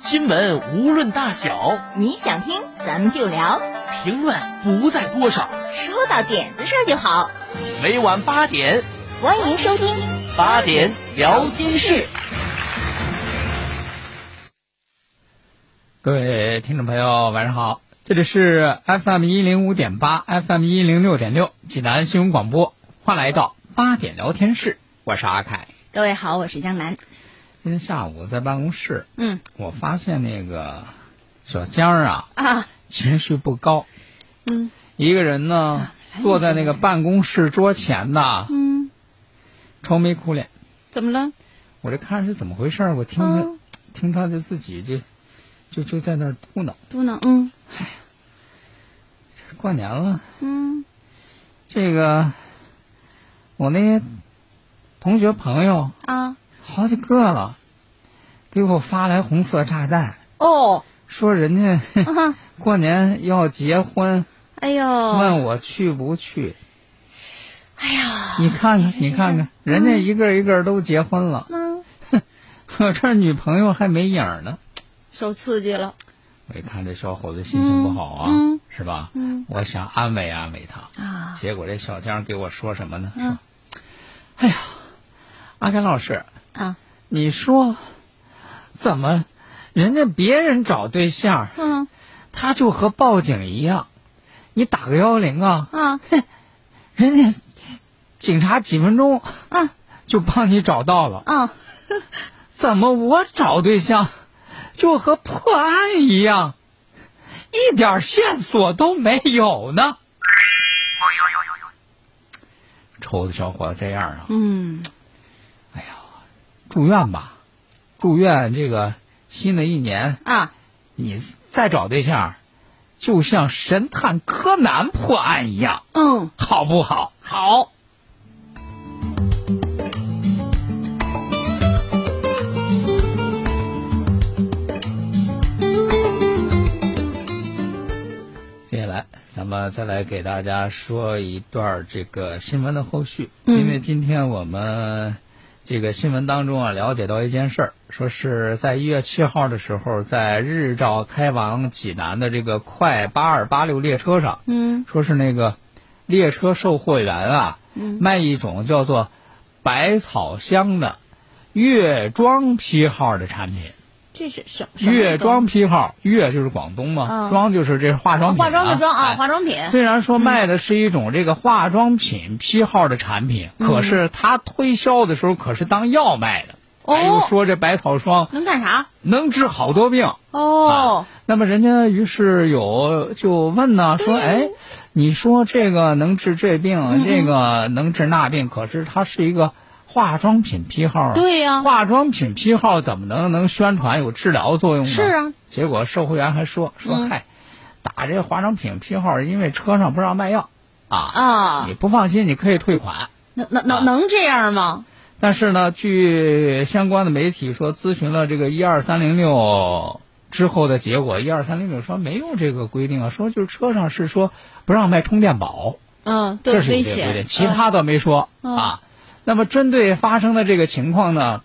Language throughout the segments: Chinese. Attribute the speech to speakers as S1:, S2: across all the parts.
S1: 新闻无论大小，
S2: 你想听，咱们就聊。
S1: 评论不在多少，
S2: 说到点子上就好。
S1: 每晚八点，
S2: 欢迎收听
S1: 八点聊天室。
S3: 各位听众朋友，晚上好，这里是 FM 一零五点八，FM 一零六点六，济南新闻广播，欢迎来到八点聊天室，我是阿凯。
S2: 各位好，我是江南。
S3: 今天下午在办公室，
S2: 嗯
S3: 我发现那个小江儿啊，
S2: 啊，
S3: 情绪不高，
S2: 嗯
S3: 一个人呢
S2: 怎么了
S3: 坐在那个办公室桌前呐，
S2: 嗯，
S3: 愁眉苦脸。
S2: 怎么了？
S3: 我这看是怎么回事儿，我听他、
S2: 嗯
S3: 听他就自己就就就在那儿嘟囔，哎
S2: 嘟囔，嗯
S3: 过年了。
S2: 嗯
S3: 这个我那些同学朋友
S2: 啊，
S3: 好几个了，给我发来红色炸弹，
S2: 哦，
S3: 说人家
S2: 啊，
S3: 过年要结婚，
S2: 哎呦，
S3: 问我去不去。哎呀，你看看，你看看，人家一个一个都结婚了，
S2: 嗯，
S3: 我 这儿女朋友还没影儿呢。
S2: 受刺激了，
S3: 我一看这小伙子心情不好啊，
S2: 嗯嗯
S3: 是吧？
S2: 嗯
S3: 我想安慰安慰他，
S2: 啊，
S3: 结果这小江给我说什么呢？
S2: 嗯
S3: 说：“哎呀，阿甘老师，
S2: 啊，
S3: 你说怎么人家别人找对象，
S2: 嗯
S3: 他就和报警一样，你打个幺幺零啊，
S2: 啊
S3: 人家警察几分钟
S2: 啊
S3: 就帮你找到了。
S2: 啊，
S3: 怎么我找对象就和破案一样，一点线索都没有呢？愁的小伙子这样啊，
S2: 嗯，
S3: 住院吧，住院这个新的一年，
S2: 啊，
S3: 你再找对象，就像神探柯南破案一样，
S2: 嗯，
S3: 好不好？好。接下来，咱们再来给大家说一段这个新闻的后续，
S2: 嗯
S3: 因为今天我们这个新闻当中啊，了解到一件事儿，说是在一月七号的时候，在日照开往济南的这个快八二八六列车上，
S2: 嗯
S3: 说是那个列车售货员啊，
S2: 嗯
S3: 卖一种叫做百草香的月装批号的产品。
S2: 这是什什么
S3: 月装批号，月就是广东嘛，
S2: 嗯
S3: 装就是这化妆品、
S2: 化妆的妆啊，
S3: 哎
S2: 化妆品，
S3: 虽然说卖的是一种这个化妆品批号的产品，
S2: 嗯
S3: 可是它推销的时候可是当药卖的。
S2: 哦
S3: 还有说这百草霜
S2: 能干啥？
S3: 能治好多病。
S2: 哦
S3: 啊，那么人家于是有就问呢，说
S2: 嗯
S3: 哎，你说这个能治这病，这个能治那病，可是它是一个化妆品批号啊。
S2: 对呀
S3: 化妆品批号怎么能能宣传有治疗作用呢？
S2: 是啊。
S3: 结果售货员还说说
S2: 嗯
S3: 嗨，打这化妆品批号，因为车上不让卖药啊，
S2: 啊
S3: 你，不放心，你可以退款。
S2: 能能能能这样吗？
S3: 但是呢，据相关的媒体说，咨询了这个一二三零六之后的结果，一二三零六说没有这个规定啊，说就是车上是说不让卖充电宝，
S2: 嗯，对
S3: 这是有
S2: 危
S3: 这个规定，
S2: 险，
S3: 其他倒没说、
S2: 嗯
S3: 啊。那么针对发生的这个情况呢，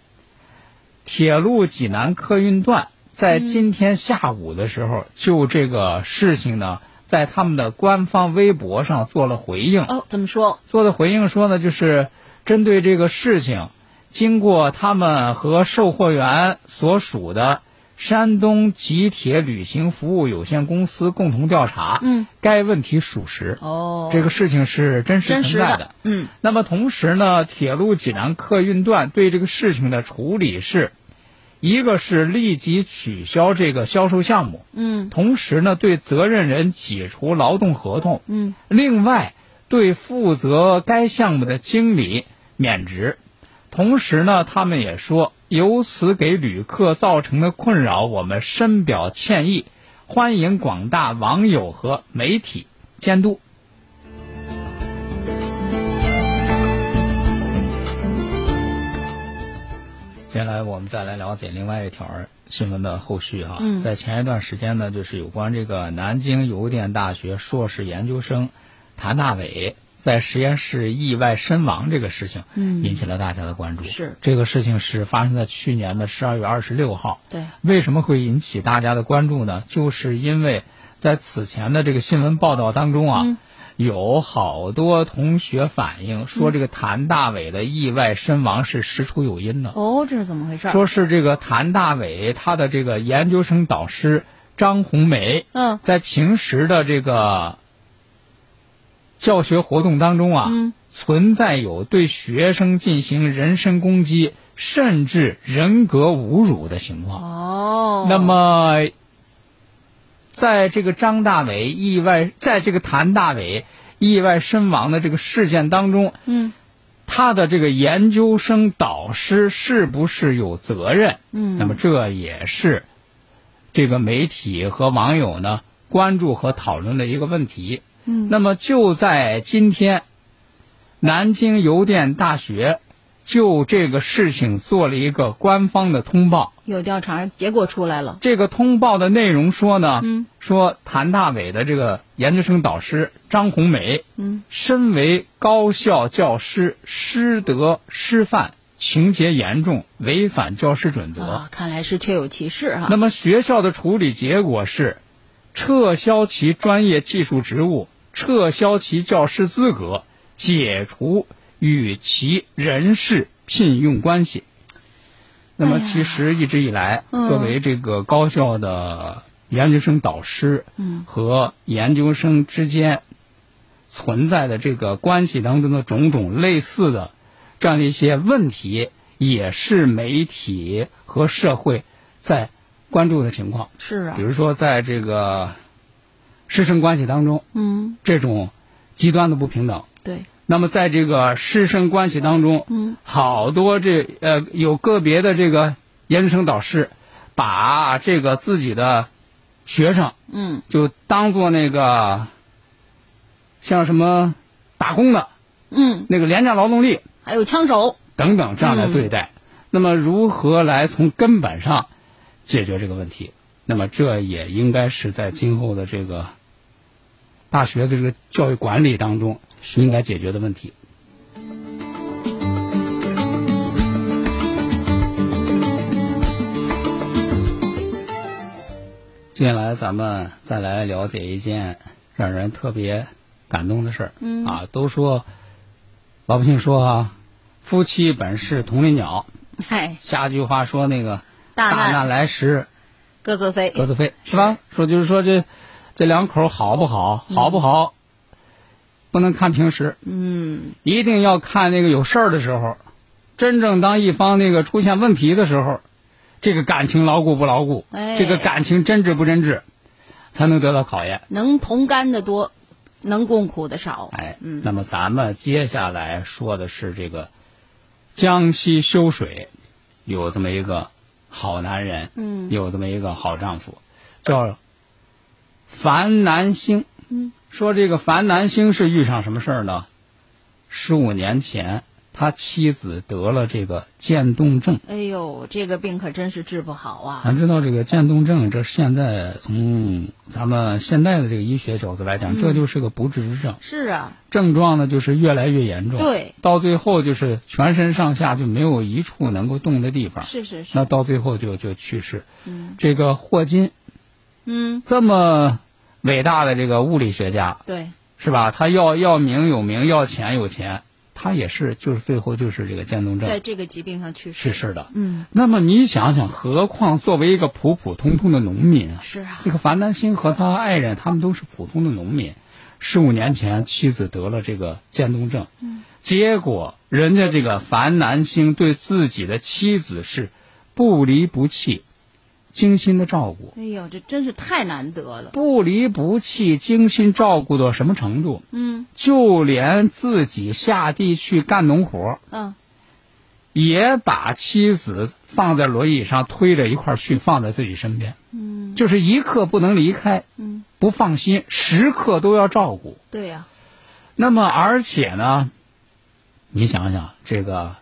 S3: 铁路济南客运段在今天下午的时候，
S2: 嗯
S3: 就这个事情呢，在他们的官方微博上做了回应。
S2: 哦，怎么说？
S3: 做的回应说呢，就是针对这个事情，经过他们和售货员所属的山东吉铁旅行服务有限公司共同调查，
S2: 嗯，
S3: 该问题属实，
S2: 哦，
S3: 这个事情是真实
S2: 真
S3: 存
S2: 实
S3: 在
S2: 的，嗯
S3: 那么同时呢，铁路济南客运段对这个事情的处理是，一个是立即取消这个销售项目，
S2: 嗯
S3: 同时呢，对责任人解除劳动合同。
S2: 嗯，
S3: 另外，对负责该项目的经理免职。同时呢，他们也说，由此给旅客造成的困扰，我们深表歉意，欢迎广大网友和媒体监督。接下来我们再来了解另外一条新闻的后续哈、
S2: 嗯
S3: 在前一段时间呢，就是有关这个南京邮电大学硕士研究生谭大伟在实验室意外身亡这个事情，
S2: 嗯
S3: 引起了大家的关注。
S2: 是
S3: 这个事情是发生在去年的十二月二十六号。
S2: 对，
S3: 为什么会引起大家的关注呢？就是因为在此前的这个新闻报道当中啊，
S2: 嗯
S3: 有好多同学反映说，
S2: 嗯
S3: 这个谭大伟的意外身亡是实出有因的。
S2: 哦，这是怎么回事？
S3: 说是这个谭大伟他的这个研究生导师张红梅，
S2: 嗯
S3: 在平时的这个教学活动当中啊，
S2: 嗯
S3: 存在有对学生进行人身攻击，甚至人格侮辱的情况。
S2: 哦，
S3: 那么，在这个张大伟意外，在这个谭大伟意外身亡的这个事件当中，
S2: 嗯
S3: 他的这个研究生导师是不是有责任？
S2: 嗯
S3: 那么这也是这个媒体和网友呢关注和讨论的一个问题。
S2: 嗯
S3: 那么就在今天，南京邮电大学就这个事情做了一个官方的通报。
S2: 有调查结果出来了。
S3: 这个通报的内容说呢，
S2: 嗯
S3: 说谭大伟的这个研究生导师张红梅，
S2: 嗯
S3: 身为高校教师，师德师范情节严重，违反教师准则。
S2: 啊，看来是确有其事哈。
S3: 那么学校的处理结果是，撤销其专业技术职务，撤销其教师资格，解除与其人事聘用关系。那么，其实一直以来，
S2: 嗯
S3: 作为这个高校的研究生导师
S2: 嗯
S3: 和研究生之间存在的这个关系当中的种种类似的这样的一些问题，也是媒体和社会在关注的情况。
S2: 是啊
S3: 比，如说，在这个师生关系当中，
S2: 嗯
S3: 这种极端的不平等。
S2: 对，
S3: 那么，在这个师生关系当中，
S2: 嗯
S3: 好多这呃有个别的这个研究生导师，把这个自己的学生
S2: 嗯
S3: 就当做那个像什么打工的
S2: 嗯，
S3: 那个廉价劳动力
S2: 还有枪手，
S3: 等等这样来对待。那么，如何来从根本上解决这个问题？那么，这也应该是在今后的这个大学的这个教育管理当中应该解决的问题。接下来，咱们再来了解一件让人特别感动的事儿。
S2: 嗯
S3: 啊，都说老百姓说啊，夫妻本是同林鸟。
S2: 嗨，
S3: 下句话说那个
S2: 大难
S3: 难来时
S2: 各自飞。
S3: 各自飞，是吧？说就是说这这两口好不好，好不好，不能看平时，
S2: 嗯
S3: 一定要看那个有事儿的时候，真正当一方那个出现问题的时候，这个感情牢固不牢固，
S2: 哎
S3: 这个感情真挚不真挚，才能得到考验。，
S2: 能同甘的多，能共苦的少。
S3: 哎，
S2: 嗯
S3: 那么咱们接下来说的是这个江西修水，有这么一个好男人，
S2: 嗯
S3: 有这么一个好丈夫，叫樊南星。
S2: 嗯，
S3: 说这个樊南星是遇上什么事儿呢？十五年前，他妻子得了这个渐冻症。
S2: 哎呦，这个病可真是治不好啊。
S3: 咱知道这个渐冻症，这现在从咱们现代的这个医学角度来
S2: 嗯
S3: 讲，这就是个不治之症。
S2: 是啊，
S3: 症状呢就是越来越严重，
S2: 对，
S3: 到最后就是全身上下就没有一处能够动的地方，
S2: 是是
S3: 啊
S2: 是。
S3: 那到最后就就去世。
S2: 嗯
S3: 这个霍金
S2: 嗯，
S3: 这么伟大的这个物理学家
S2: 对，
S3: 是吧？他要要名有名，要钱有钱，他也是就是最后就是这个渐冻
S2: 在
S3: 症
S2: 这个疾病上去世。
S3: 去世的。
S2: 嗯，
S3: 那么你想想，何况作为一个普普通通的农民啊，
S2: 是啊
S3: 这。个樊丹星和他爱人，他们都是普通的农民。十五年前，妻子得了这个渐冻症，结果人家这个樊南星对自己的妻子是不离不弃，精心的照顾，
S2: 哎呦，这真是太难得了。
S3: 不离不弃，精心照顾到什么程度？
S2: 嗯
S3: 就连自己下地去干农活儿，
S2: 嗯，
S3: 也把妻子放在轮椅上推着一块儿去，放在自己身边。嗯，就是一刻不能离开，
S2: 嗯，
S3: 不放心，时刻都要照顾。
S2: 对啊呀、
S3: 那么而且呢，你想想，这个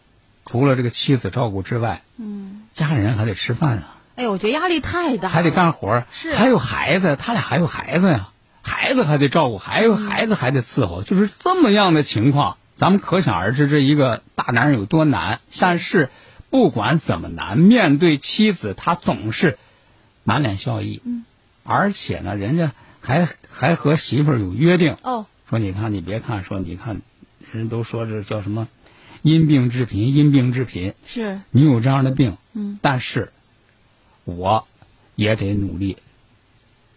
S3: 除了这个妻子照顾之外，
S2: 嗯，
S3: 家里人还得吃饭啊，
S2: 哎，我觉得压力太大了，
S3: 还得干活儿，
S2: 是
S3: 还有孩子，他俩还有孩子呀，孩子还得照顾，还有孩子还得伺候，就是这么样的情况，咱们可想而知这一个大男人有多难。但是不管怎么难，面对妻子，他总是满脸笑意，嗯，而且呢，人家还还和媳妇儿有约定，
S2: 哦，
S3: 说你看，你别看，说你看，人都说这叫什么，因病致贫，因病致贫。
S2: 是，
S3: 你有这样的病，
S2: 嗯，
S3: 但是我也得努力，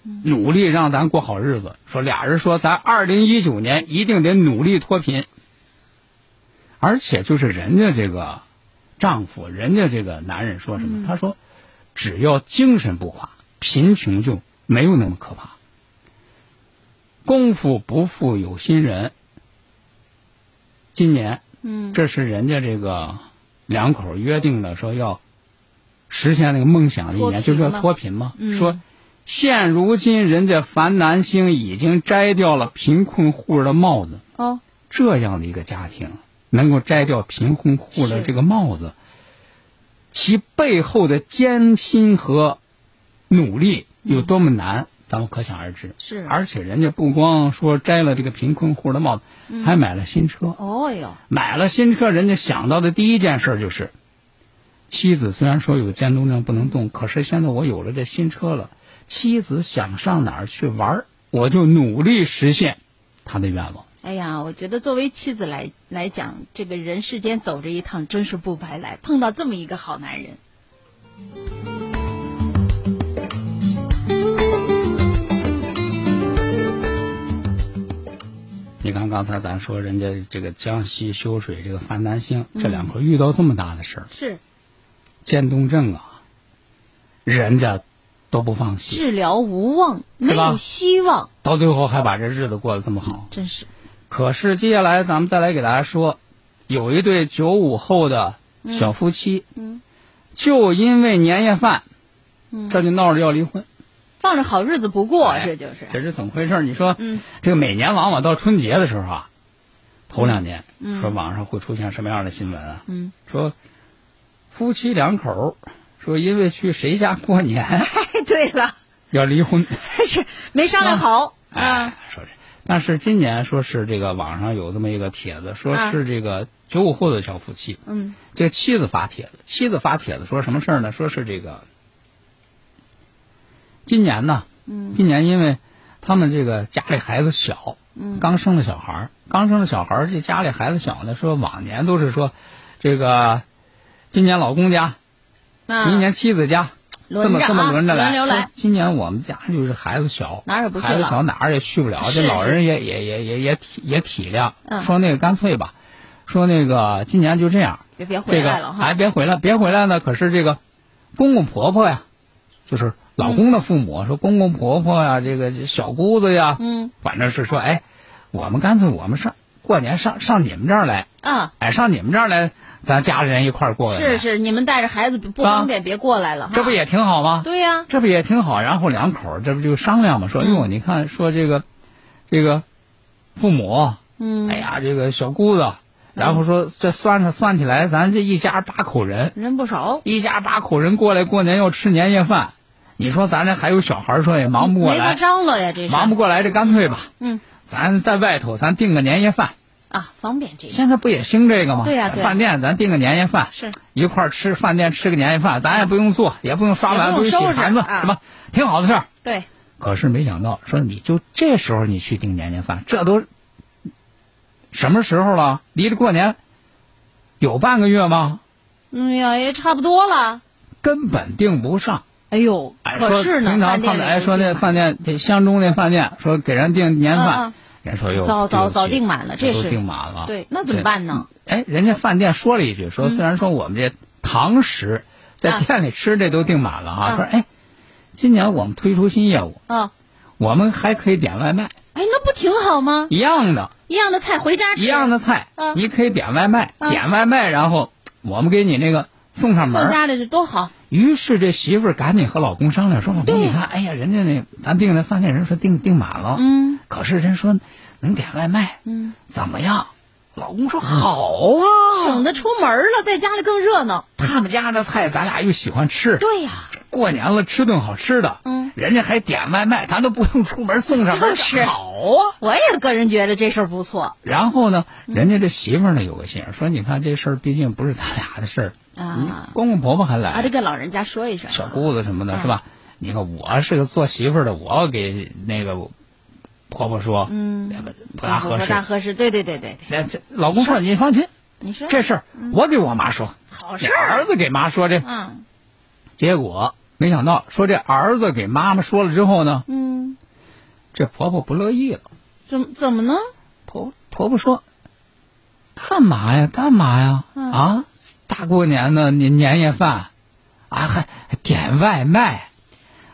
S3: 努力让咱过好日子。说俩人说，咱二零一九年一定得努力脱贫。而且就是人家这个丈夫，人家这个男人说什么？他说，只要精神不垮，贫穷就没有那么可怕。功夫不负有心人。今年
S2: 嗯，
S3: 这是人家这个两口儿约定的，说要实现那个梦想的一
S2: 脱
S3: 年，就
S2: 贫
S3: 是要
S2: 嘛
S3: 脱贫嘛。
S2: 嗯
S3: 说现如今人家樊南星已经摘掉了贫困户的帽子，
S2: 哦，
S3: 这样的一个家庭能够摘掉贫困户的
S2: 是
S3: 这个帽子，其背后的艰辛和努力有多么难，咱们可想而知。
S2: 嗯是
S3: 而且人家不光说摘了这个贫困户的帽子，
S2: 嗯
S3: 还买了新车。
S2: 哦哟，
S3: 买了新车，人家想到的第一件事就是，妻子虽然说有渐冻症不能动，可是现在我有了这新车了，妻子想上哪儿去玩儿，我就努力实现她的愿望。
S2: 哎呀，我觉得作为妻子来来讲，这个人世间走这一趟真是不白来，碰到这么一个好男人。
S3: 你看刚才咱说人家这个江西修水这个樊南星这两口遇到这么大的事儿，
S2: 是
S3: 渐冻症啊，人家都不放弃，
S2: 治疗无望，没有希望，
S3: 到最后还把这日子过得这么好。
S2: 真是
S3: 可是接下来咱们再来给大家说，有一对九五后的小夫妻，
S2: 嗯
S3: 就因为年夜饭，
S2: 嗯
S3: 这就闹着要离婚，
S2: 放着好日子不过，
S3: 哎
S2: 这就是
S3: 这是怎么回事儿？你说，
S2: 嗯
S3: 这个每年往往到春节的时候啊，头两年，说网上会出现什么样的新闻啊？
S2: 嗯，
S3: 说夫妻两口儿说因为去谁家过年
S2: 哎，对了，
S3: 要离婚，
S2: 是没商量好，
S3: 哎
S2: 啊，，
S3: 说是，但是今年说是这个网上有这么一个帖子，说
S2: 啊
S3: 是这个九五后的小夫妻，
S2: 嗯
S3: 这妻子发帖子，妻子发帖子说什么事儿呢？说是这个，今年呢，今年因为他们这个家里孩子小，刚生了小孩儿，刚生了小孩儿，这家里孩子小呢，说往年都是说，这个今年老公家，
S2: 啊，
S3: 明年妻子家，
S2: 轮
S3: 这么
S2: 着
S3: 这么
S2: 啊
S3: 轮着来。
S2: 轮流来
S3: 说今年我们家就是孩子小，
S2: 哪儿也不去
S3: 孩子
S2: 了
S3: 小哪儿也去不了，
S2: 是
S3: 这老人也也也也也体也体谅，
S2: 嗯
S3: 说那个干脆吧，说那个今年就这样。
S2: 别别回
S3: 这个
S2: 来了哈，
S3: 哎，别回来，别回来呢。可是这个公公婆婆呀，就是老
S2: 嗯
S3: 公的父母，啊说公公婆婆呀，这个小姑子呀，
S2: 嗯
S3: 反正是说，哎，我们干脆我们上过年上上你们这儿来，
S2: 啊。
S3: 哎，上你们这儿来，咱家里人一块儿过来，
S2: 是是，你们带着孩子不
S3: 啊
S2: 方便，别过来了哈。
S3: 这不也挺好吗？
S2: 对呀、
S3: 这不也挺好？然后两口儿这不就商量嘛，说，哎
S2: 嗯
S3: 哟，你看说这个，这个父母，
S2: 嗯，
S3: 哎呀，这个小姑子，然后说这算上算起来，咱这一家八口人。
S2: 人不少，
S3: 一家八口人过来过年要吃年夜饭，你说咱这还有小孩儿说也忙不过
S2: 没法
S3: 来，
S2: 张罗呀，这是
S3: 忙不过来，这干脆吧，
S2: 嗯
S3: 咱在外头咱订个年夜饭。
S2: 啊，方便这个
S3: 现在不也兴这个吗？
S2: 对呀对呀
S3: 饭店咱订个年夜饭，
S2: 是
S3: 一块儿吃饭店吃个年夜饭，咱也不用做，也不用刷碗，
S2: 也
S3: 不
S2: 不用
S3: 用洗
S2: 收拾
S3: 盘子，
S2: 啊
S3: 什么挺好的事儿。
S2: 对，
S3: 可是没想到，说你就这时候你去订年夜饭，这都什么时候了？离着过年有半个月吗？
S2: 嗯呀，也差不多了。
S3: 根本订不上。
S2: 哎呦，
S3: 哎，
S2: 可
S3: 说
S2: 是呢，
S3: 平常
S2: 饭
S3: 他
S2: 店
S3: 们
S2: 里
S3: 哎说那饭店，这湘中那饭店说给人订年饭，
S2: 嗯嗯
S3: 人说哟，对不
S2: 早早
S3: 起
S2: 早订满了
S3: 这
S2: 这
S3: 都
S2: 是
S3: 订满了，
S2: 对，那怎么办呢？嗯
S3: 这？哎，人家饭店说了一句，说虽然说我们这堂食在
S2: 啊
S3: 店里吃这都订满了啊，
S2: 嗯
S3: 说哎，今年我们推出新业务，
S2: 啊，
S3: 我们还可以点外卖，
S2: 哎，那不挺好吗？
S3: 一样的，
S2: 一样 的菜回家吃，
S3: 一样的菜，
S2: 嗯
S3: 你可以点外卖，
S2: 嗯
S3: 点外卖，然后我们给你那个送上门
S2: 送
S3: 儿。
S2: 家里是多好，
S3: 于是这媳妇儿赶紧和老公商量，说：“老公，
S2: 对
S3: 你看，哎呀，人家那咱订的饭店人说订订满了，
S2: 嗯
S3: 可是人说能点外卖，
S2: 嗯，
S3: 怎么样？”老公说：“好啊，
S2: 省得出门了，在家里更热闹。
S3: 他们家的菜咱俩又喜欢吃，
S2: 对呀，
S3: 过年了吃顿好吃的，
S2: 嗯
S3: 人家还点外卖，咱都不用出门送上门儿，
S2: 就是
S3: 好啊。
S2: 我也个人觉得这事儿不错
S3: 然后呢，人家这媳妇儿呢有个信儿，说你看这事儿毕竟不是咱俩的事儿，
S2: 啊，
S3: 嗯公公婆婆还来，
S2: 还得跟老人家说一声。
S3: 小姑子什么的，
S2: 嗯
S3: 是吧？你看我是个做媳妇儿的，我要给那个婆婆说，
S2: 嗯
S3: 哎，不不大合
S2: 不大
S3: 适。
S2: 合适，对对对对对，
S3: 那这老公说：“你放心，
S2: 你说
S3: 这事儿我给我妈说，
S2: 嗯好
S3: 你
S2: 事儿，
S3: 儿子给妈说这。
S2: 嗯”
S3: 结果没想到，说这儿子给妈妈说了之后呢，
S2: 嗯，
S3: 这婆婆不乐意了。
S2: 怎么怎么呢？
S3: 婆婆婆说：“干嘛呀？干嘛呀？
S2: 嗯
S3: 啊，大过年的年年夜饭，啊还还点外卖，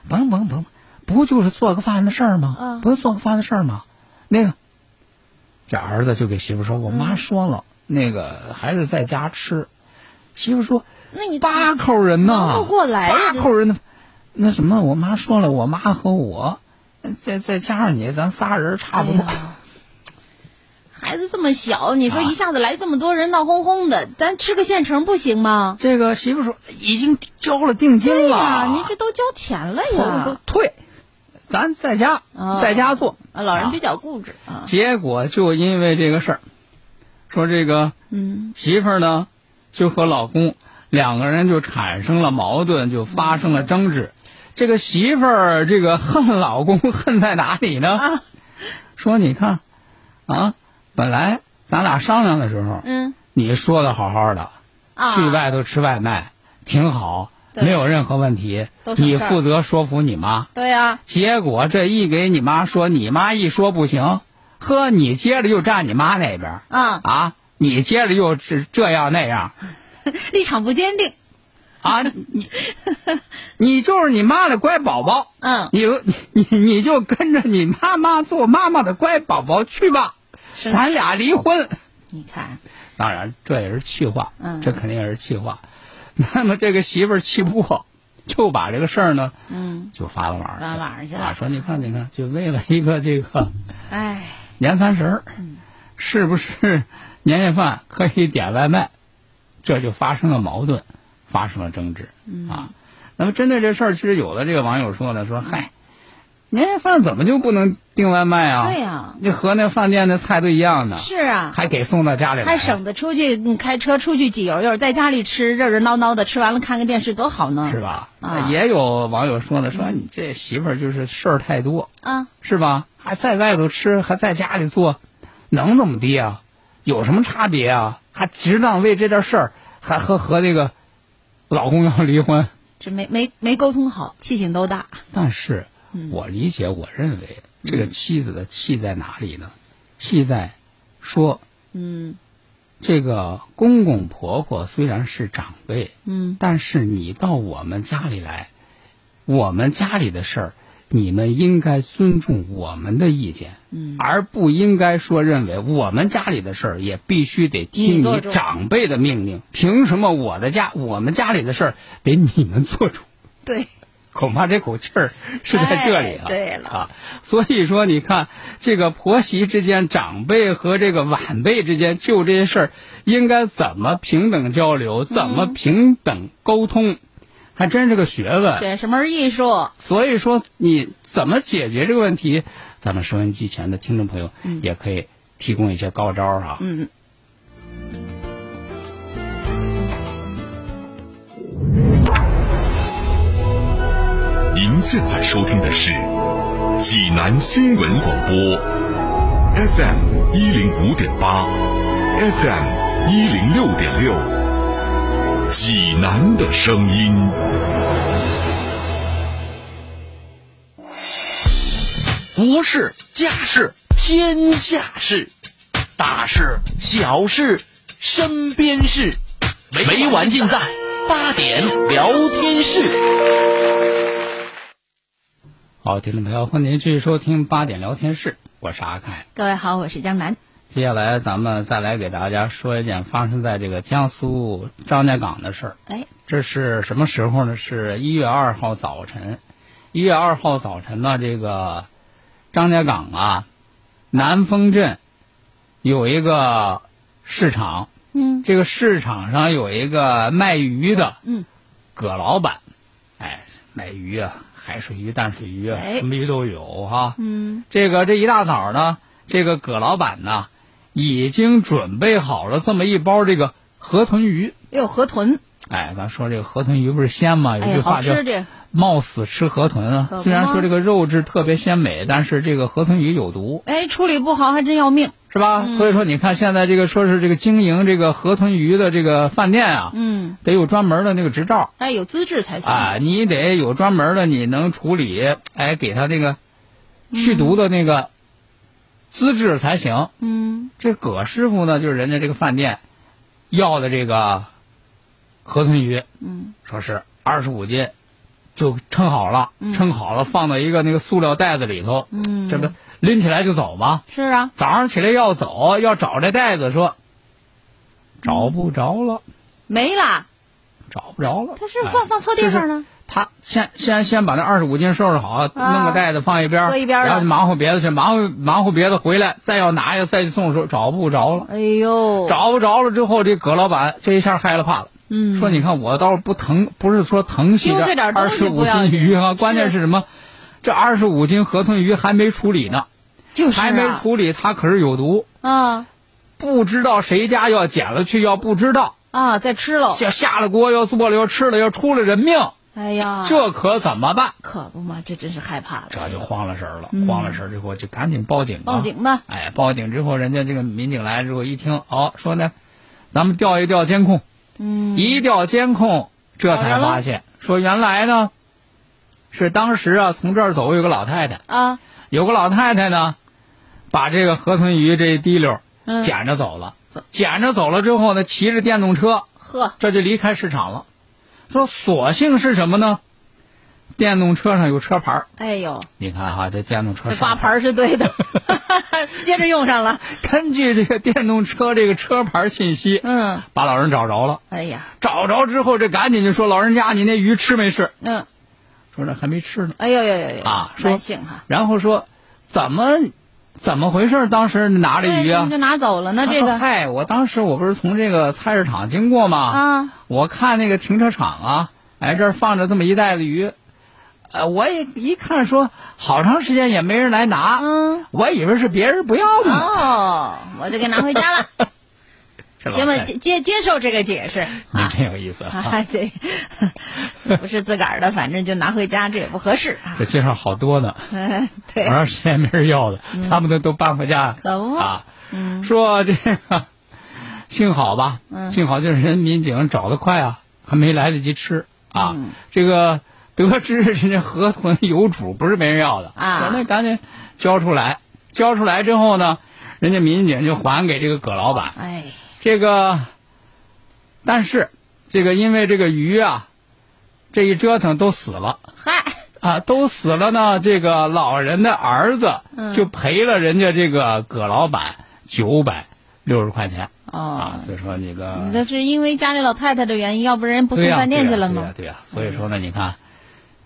S3: 甭甭甭，不就是做个饭的事儿吗？
S2: 嗯
S3: 不是做个饭的事儿吗？那个，这儿子就给媳妇说：‘我
S2: 嗯
S3: 妈说了，那个还是在家吃。’媳妇说
S2: 那你：‘
S3: 八口人
S2: 忙
S3: 呢
S2: 不，过来呀
S3: 八口人呢。’那什么，我妈说了，我妈和我，再再加上你，咱仨人差不多。
S2: 哎呀孩子这么小，你说
S3: 啊
S2: 一下子来这么多人，闹哄哄的，咱吃个现成不行吗？
S3: 这个媳妇说已经交了定
S2: 对
S3: 金了，
S2: 呀，您这都交钱了
S3: 婆婆
S2: 呀
S3: 说。退，咱在家、
S2: 哦
S3: 在家做。
S2: 啊，老人
S3: 啊
S2: 比较固执啊，
S3: 结果就因为这个事儿，说这个
S2: 嗯
S3: 媳妇儿呢，就和老公两个人就产生了矛盾，就发生了争执。这个媳妇儿这个恨老公恨在哪里呢？
S2: 啊
S3: 说你看，啊，本来咱俩商量的时候，
S2: 嗯
S3: 你说的好好的，
S2: 啊，
S3: 去外头吃外卖挺好，
S2: 对
S3: 没有任何问题
S2: 都。省
S3: 你
S2: 事儿
S3: 负责说服你妈，
S2: 对呀，
S3: 结果这一给你妈说，你妈一说不行，呵，你接着又站你妈那边儿
S2: 啊，
S3: 啊，你接着又这这样那样
S2: 立场不坚定，
S3: 啊，你 你就是你妈的乖宝宝，
S2: 嗯，
S3: 你你你就跟着你妈妈做妈妈的乖宝宝去吧，
S2: 是
S3: 咱俩离婚。
S2: 你看，
S3: 当然，这也是气话，
S2: 嗯
S3: 这肯定也是气话。 那么这个媳妇儿气不过，就把这个事儿呢，
S2: 嗯，
S3: 就发到网上
S2: 发网上去了
S3: 啊，说你看，你看，就为了一个这个
S2: 哎，
S3: 年三十儿，
S2: 嗯
S3: 是不是年夜饭可以点外卖？这就发生了矛盾，发生了争执
S2: 嗯
S3: 啊。那么针对这事儿，其实有的这个网友说呢，说嗨，年夜饭怎么就不能订外卖啊？
S2: 对呀
S3: 这和那饭店的菜都一样呢，
S2: 是啊，
S3: 还给送到家里来，
S2: 还省得出去嗯开车出去挤油油，在家里吃热热闹闹的，吃完了看个电视多好呢，
S3: 是？吧？
S2: 啊
S3: 也有网友说呢，说你这媳妇儿就是事儿太多，
S2: 啊，
S3: 是吧？还在外头吃，还在家里做，能怎么地啊？有什么差别啊？还值当为这点事儿，还和和那个老公要离婚？
S2: 这没没没沟通好，气性都大，
S3: 但是，我理解，我认为这个妻子的气在哪里呢？气在说
S2: 嗯
S3: 这个公公婆婆虽然是长辈，
S2: 嗯，
S3: 但是你到我们家里来，我们家里的事儿，你们应该尊重我们的意见，
S2: 嗯
S3: 而不应该说认为我们家里的事儿也必须得听
S2: 你做
S3: 你
S2: 主
S3: 长辈的命令。凭什么我的家我们家里的事儿得你们做主？
S2: 对，
S3: 恐怕这口气儿是在这里啊。
S2: 哎对了
S3: 啊，所以说你看，这个婆媳之间、长辈和这个晚辈之间，就这些事儿，应该怎么平等交流，怎么平等沟通，还真是个学问。
S2: 对，什么是艺术？
S3: 所以说，你怎么解决这个问题，咱们收音机前的听众朋友也可以提供一些高招儿啊。
S2: 嗯。
S4: 您现在收听的是济南新闻广播，FM 一零五点八，FM 一零六点六，济南的声音。
S1: 国事、家事、天下事，大事、小事、身边事，每晚尽在八点聊天室。
S3: 好，听众朋友，欢迎您继续收听八点聊天室，我是阿凯。
S2: 各位好，我是江南。
S3: 接下来咱们再来给大家说一件发生在这个江苏张家港的事儿。
S2: 哎，
S3: 这是什么时候呢？是一月二号早晨。一月二号早晨呢，这个张家港啊，南丰镇有一个市场，
S2: 嗯
S3: 这个市场上有一个卖鱼的
S2: 嗯，
S3: 葛老板，哎，卖鱼啊，海水鱼、淡水鱼啊，
S2: 哎
S3: 什么鱼都有哈、
S2: 嗯，
S3: 这个这一大早呢，这个葛老板呢，已经准备好了这么一包这个河豚鱼。
S2: 又有河豚，
S3: 哎，咱说这个河豚鱼不是鲜吗？有
S2: 哎
S3: 句
S2: 呀，好
S3: 话叫
S2: 吃这，
S3: “冒死吃河豚”
S2: 可
S3: 啊。
S2: 不
S3: 虽然说
S2: 吗
S3: 这个肉质特别鲜美，但是这个河豚鱼有毒，
S2: 哎，处理不好还真要命。
S3: 是吧？所以说，你看现在这个说是这个经营这个河豚鱼的这个饭店啊，
S2: 嗯，
S3: 得有专门的那个执照。
S2: 哎，有资质才行。
S3: 啊，你得有专门的，你能处理，哎，给他那个去毒的那个资质才行。
S2: 嗯，
S3: 这葛师傅呢，就是人家这个饭店要的这个河豚鱼，
S2: 嗯，
S3: 说是二十五斤，就称好了，称好了放到一个那个塑料袋子里头，
S2: 嗯
S3: 这不拎起来就走吗？
S2: 是啊，
S3: 早上起来要走，要找这袋子，说找不着了，
S2: 没
S3: 哎
S2: 啦，
S3: 找不着了。
S2: 他是
S3: 哎
S2: 放放错地方了。
S3: 他先先先把那二十五斤收拾好，弄个袋子放一边儿，
S2: 啊搁一边儿
S3: 然后
S2: 了
S3: 就忙活别的去，忙活忙活别的回来，再要拿去再去送的时候找不着了，
S2: 哎呦，
S3: 找不着了之后，这葛老板这一下害了怕了，
S2: 嗯，
S3: 说你看我倒是不疼，不是说疼惜
S2: 丢这点
S3: 二
S2: 东
S3: 十
S2: 西
S3: 五
S2: 不要
S3: 斤
S2: 紧
S3: 鱼啊，
S2: 是
S3: 关键是什么？这二十五斤河豚鱼还没处理呢，
S2: 就是啊
S3: 还没处理，它可是有毒，
S2: 啊
S3: 不知道谁家要捡了去，要不知道
S2: 啊，再吃喽。
S3: 要下了锅，要做了，要吃了，要出了人命，
S2: 哎呀，
S3: 这可怎么办？
S2: 可不嘛，这真是害怕了。
S3: 这就慌了神儿了，慌了神儿之后就赶紧报警啊！
S2: 嗯报警吧，
S3: 哎，报警之后，人家这个民警来之后一听，哦，说呢，咱们调一调监控，
S2: 嗯，
S3: 一调监控，这才发现说原来呢，是当时啊从这儿走有个老太太，
S2: 啊，
S3: 有个老太太呢，把这个河豚鱼这一滴溜儿
S2: 嗯，
S3: 捡着走了
S2: 走，
S3: 捡着走了之后呢，骑着电动车
S2: 呵，
S3: 这就离开市场了。说所幸是什么呢？电动车上有车牌儿
S2: 哎呦，
S3: 你看哈，这电动车
S2: 这
S3: 上
S2: 挂牌儿是 对的，接着用上了。
S3: 根据这个电动车这个车牌信息，
S2: 嗯，
S3: 把老人找着了。
S2: 哎呀，
S3: 找着之后，这赶紧就说：“老人家，你那鱼吃没吃
S2: 嗯，？”
S3: 说：“这还没吃呢。
S2: 哎呦呦呦呦
S3: 啊说
S2: 难性哈”。
S3: 然后说：“怎么，怎么回事？当时拿着
S2: 对
S3: 鱼
S2: 怎么
S3: 啊
S2: 就拿走了？”呢？
S3: 他
S2: 这
S3: 说
S2: 个
S3: 嗨，我当时我不是从这个菜市场经过吗？
S2: 啊，
S3: 我看那个停车场啊，哎，这儿放着这么一袋子鱼，呃，我也一看说，好长时间也没人来拿，
S2: 嗯，
S3: 我以为是别人不要的呢。
S2: 哦，我就给拿回家了。
S3: 这老
S2: 行吧，
S3: 太太
S2: 接接接受这个解释
S3: 你
S2: 啊。
S3: 真有意思 啊！
S2: 啊，对，不是自个儿的，反正就拿回家，这也不合适啊
S3: 这。街上好多呢，
S2: 哎 对嗯
S3: 好，长时间没人要的，咱们都都搬回家
S2: 可不
S3: 啊。
S2: 嗯
S3: 说这个，幸好吧，
S2: 嗯
S3: 幸好就是人民警找得快啊，还没来得及吃啊。
S2: 嗯
S3: 这个得知人家河豚有主，不是没人要的
S2: 啊
S3: 说那赶紧交出来。交出来之后呢，人家民警就还给这个葛老板。
S2: 哎，
S3: 这个，但是这个因为这个鱼啊，这一折腾都死了。
S2: 嗨，
S3: 啊，都死了呢。这个老人的儿子
S2: 嗯
S3: 就赔了人家这个葛老板九百六十块钱、
S2: 哦
S3: 啊。，所以说这个
S2: 你这是因为家里老太太的原因，要不然不送
S3: 对呀
S2: 饭店去了
S3: 对
S2: 吗嗯
S3: 呀？对呀、对呀所以说呢，你看，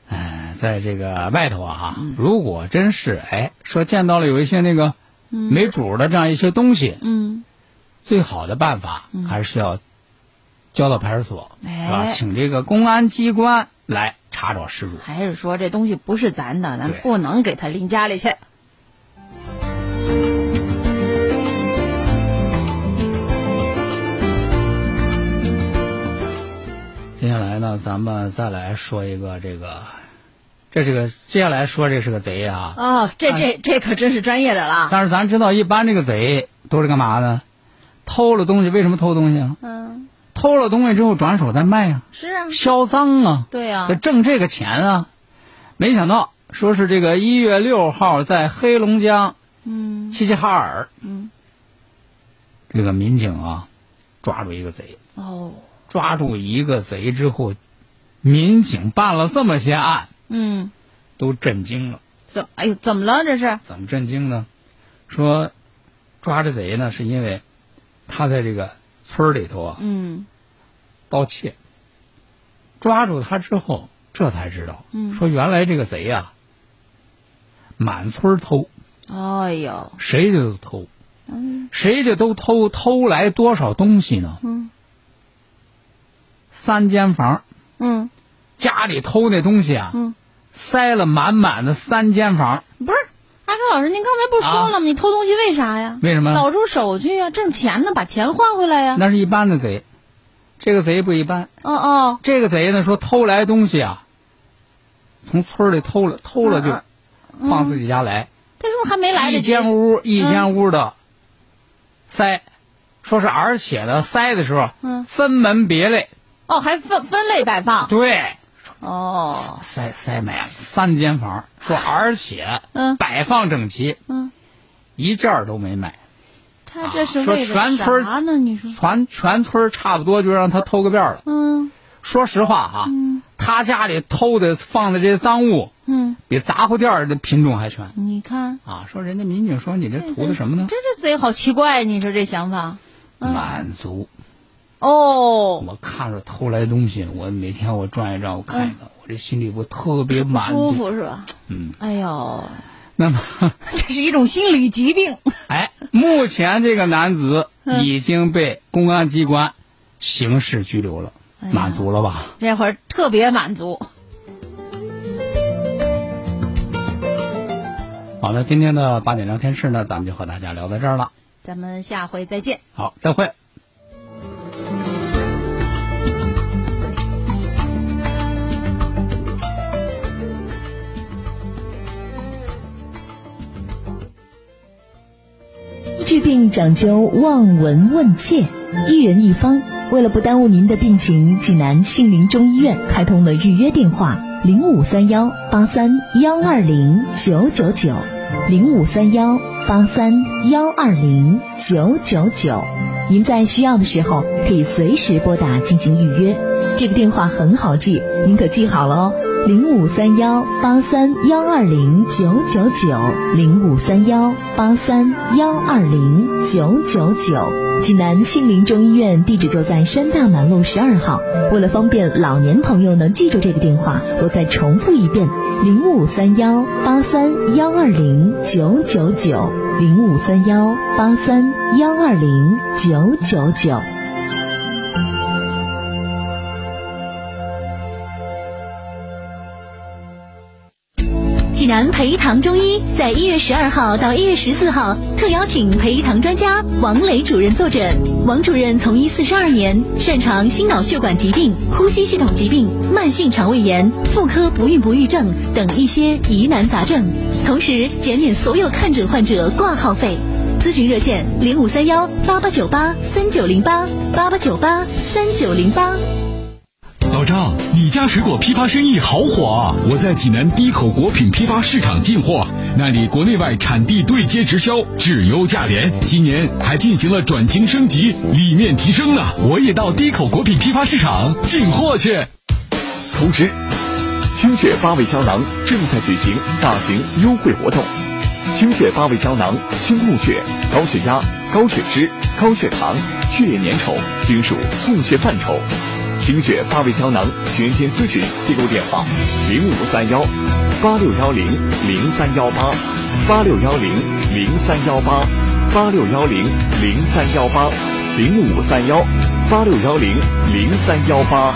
S3: 哎、在这个外头啊，哈
S2: 嗯
S3: 如果真是哎说见到了有一些那个没主儿的这样一些东西，
S2: 嗯，
S3: 最好的办法还是要交到派出所，
S2: 哎
S3: 是吧？请这个公安机关来查找失主。
S2: 还是说这东西不是咱的，咱
S3: 对
S2: 不能给他拎家里去。
S3: 接下来呢，咱们再来说一个这个，这是个接下来说这是个贼啊。
S2: 哦，这这这可真是专业的了。
S3: 但是咱知道，一般这个贼都是干嘛呢？偷了东西，为什么偷东西啊？
S2: 嗯，
S3: 偷了东西之后转手再卖啊，
S2: 是啊，
S3: 销赃啊，
S2: 对呀、
S3: 得挣这个钱啊。没想到说是这个一月六号在黑龙江
S2: 嗯
S3: 齐齐哈尔，
S2: 嗯，
S3: 这个民警啊抓住一个贼，
S2: 哦，
S3: 抓住一个贼之后，民警办了这么些案，
S2: 嗯，
S3: 都震惊了。
S2: 怎哎呦，怎么了这是？
S3: 怎么震惊呢？说抓着贼呢，是因为他在这个村儿里头啊
S2: 嗯
S3: 盗窃，抓住他之后，这才知道，
S2: 嗯
S3: 说原来这个贼啊，满村儿偷，
S2: 哎呦，
S3: 谁家都偷，
S2: 嗯
S3: 谁家都偷，偷来多少东西呢？
S2: 嗯
S3: 三间房，
S2: 嗯，
S3: 家里偷那东西啊，
S2: 嗯
S3: 塞了满满的三间房，
S2: 不是，阿康老师，您刚才不是说了吗？你偷东西为啥呀？
S3: 啊为什么
S2: 倒出手去呀，挣钱呢，把钱换回来呀。
S3: 那是一般的贼，这个贼不一般。
S2: 哦哦，
S3: 这个贼呢说偷来东西啊，从村儿里偷了，偷了就放自己家来，
S2: 但是我还没嗯来嗯得
S3: 一
S2: 及。
S3: 间屋一间屋的塞，说是而且呢塞的时候，
S2: 嗯
S3: 分门别类，
S2: 哦，还分分类摆放。
S3: 对，
S2: 哦，
S3: 塞塞满了三间房，说而且
S2: 嗯
S3: 摆放整齐，
S2: 嗯，
S3: 一件儿都没卖，
S2: 他这是
S3: 啊说
S2: 为了
S3: 全村儿
S2: 啥呢？你说，
S3: 全全村儿差不多就让他偷个遍儿了。
S2: 嗯
S3: 说实话啊，他家里偷的放的这些赃物，
S2: 嗯，
S3: 比杂货店儿的品种还全。
S2: 你看，
S3: 啊，说人家民警说你这图的什么呢？
S2: 这嗯这贼好奇怪，你说这想法。
S3: 满足。
S2: 哦，
S3: 我看着偷来东西，我每天我转一转，我看一看，我这心里我特别满
S2: 嗯
S3: 足。
S2: 舒服是吧？
S3: 嗯，
S2: 哎呦，
S3: 那么，
S2: 这是一种心理疾病。
S3: 哎，目前这个男子
S2: 嗯
S3: 已经被公安机关刑事拘留了，
S2: 哎呀
S3: 满足了吧？
S2: 这会儿特别满足。
S3: 好了，今天的八点聊天室呢，咱们就和大家聊到这儿了。
S2: 咱们下回再见。
S3: 好，再会。
S5: 治病讲究望闻问切，一人一方。为了不耽误您的病情，济南杏林中医院开通了预约电话零五三幺八三幺二零九九九零五三幺八三幺二零九九九。您在需要的时候可以随时拨打进行预约。这个电话很好记，您可记好了哦，零五三幺八三幺二零九九九，零五三幺八三幺二零九九九。济南杏林中医院地址就在山大南路十二号。为了方便老年朋友能记住这个电话，我再重复一遍：零五三幺八三幺二零九九九，零五三幺八三幺二零九九九。济南培堂中医在一月十二号到一月十四号特邀请培堂专家王磊主任坐诊。王主任从医四十二年，擅长心脑血管疾病、呼吸系统疾病、慢性肠胃炎、妇科不孕不育症等一些疑难杂症，同时减免所有看诊患者挂号费。咨询热线零五三幺八八九八三九零八八八九八三九零八。
S6: 老张，你家水果批发生意好火啊！我在济南第一口果品批发市场进货，那里国内外产地对接直销，质优价廉。今年还进行了转型升级，理念提升呢。我也到第一口果品批发市场进货去。
S7: 通知，清血八味胶囊正在举行大型优惠活动。清血八味胶囊清供血、高血压、高血脂、高血糖、血液粘稠均属供血范畴。清血八味胶囊全天咨询订购电话：零五三幺八六幺零零三幺八八六幺零零三幺八八六幺零零三幺八零五三幺八六幺零零三幺八。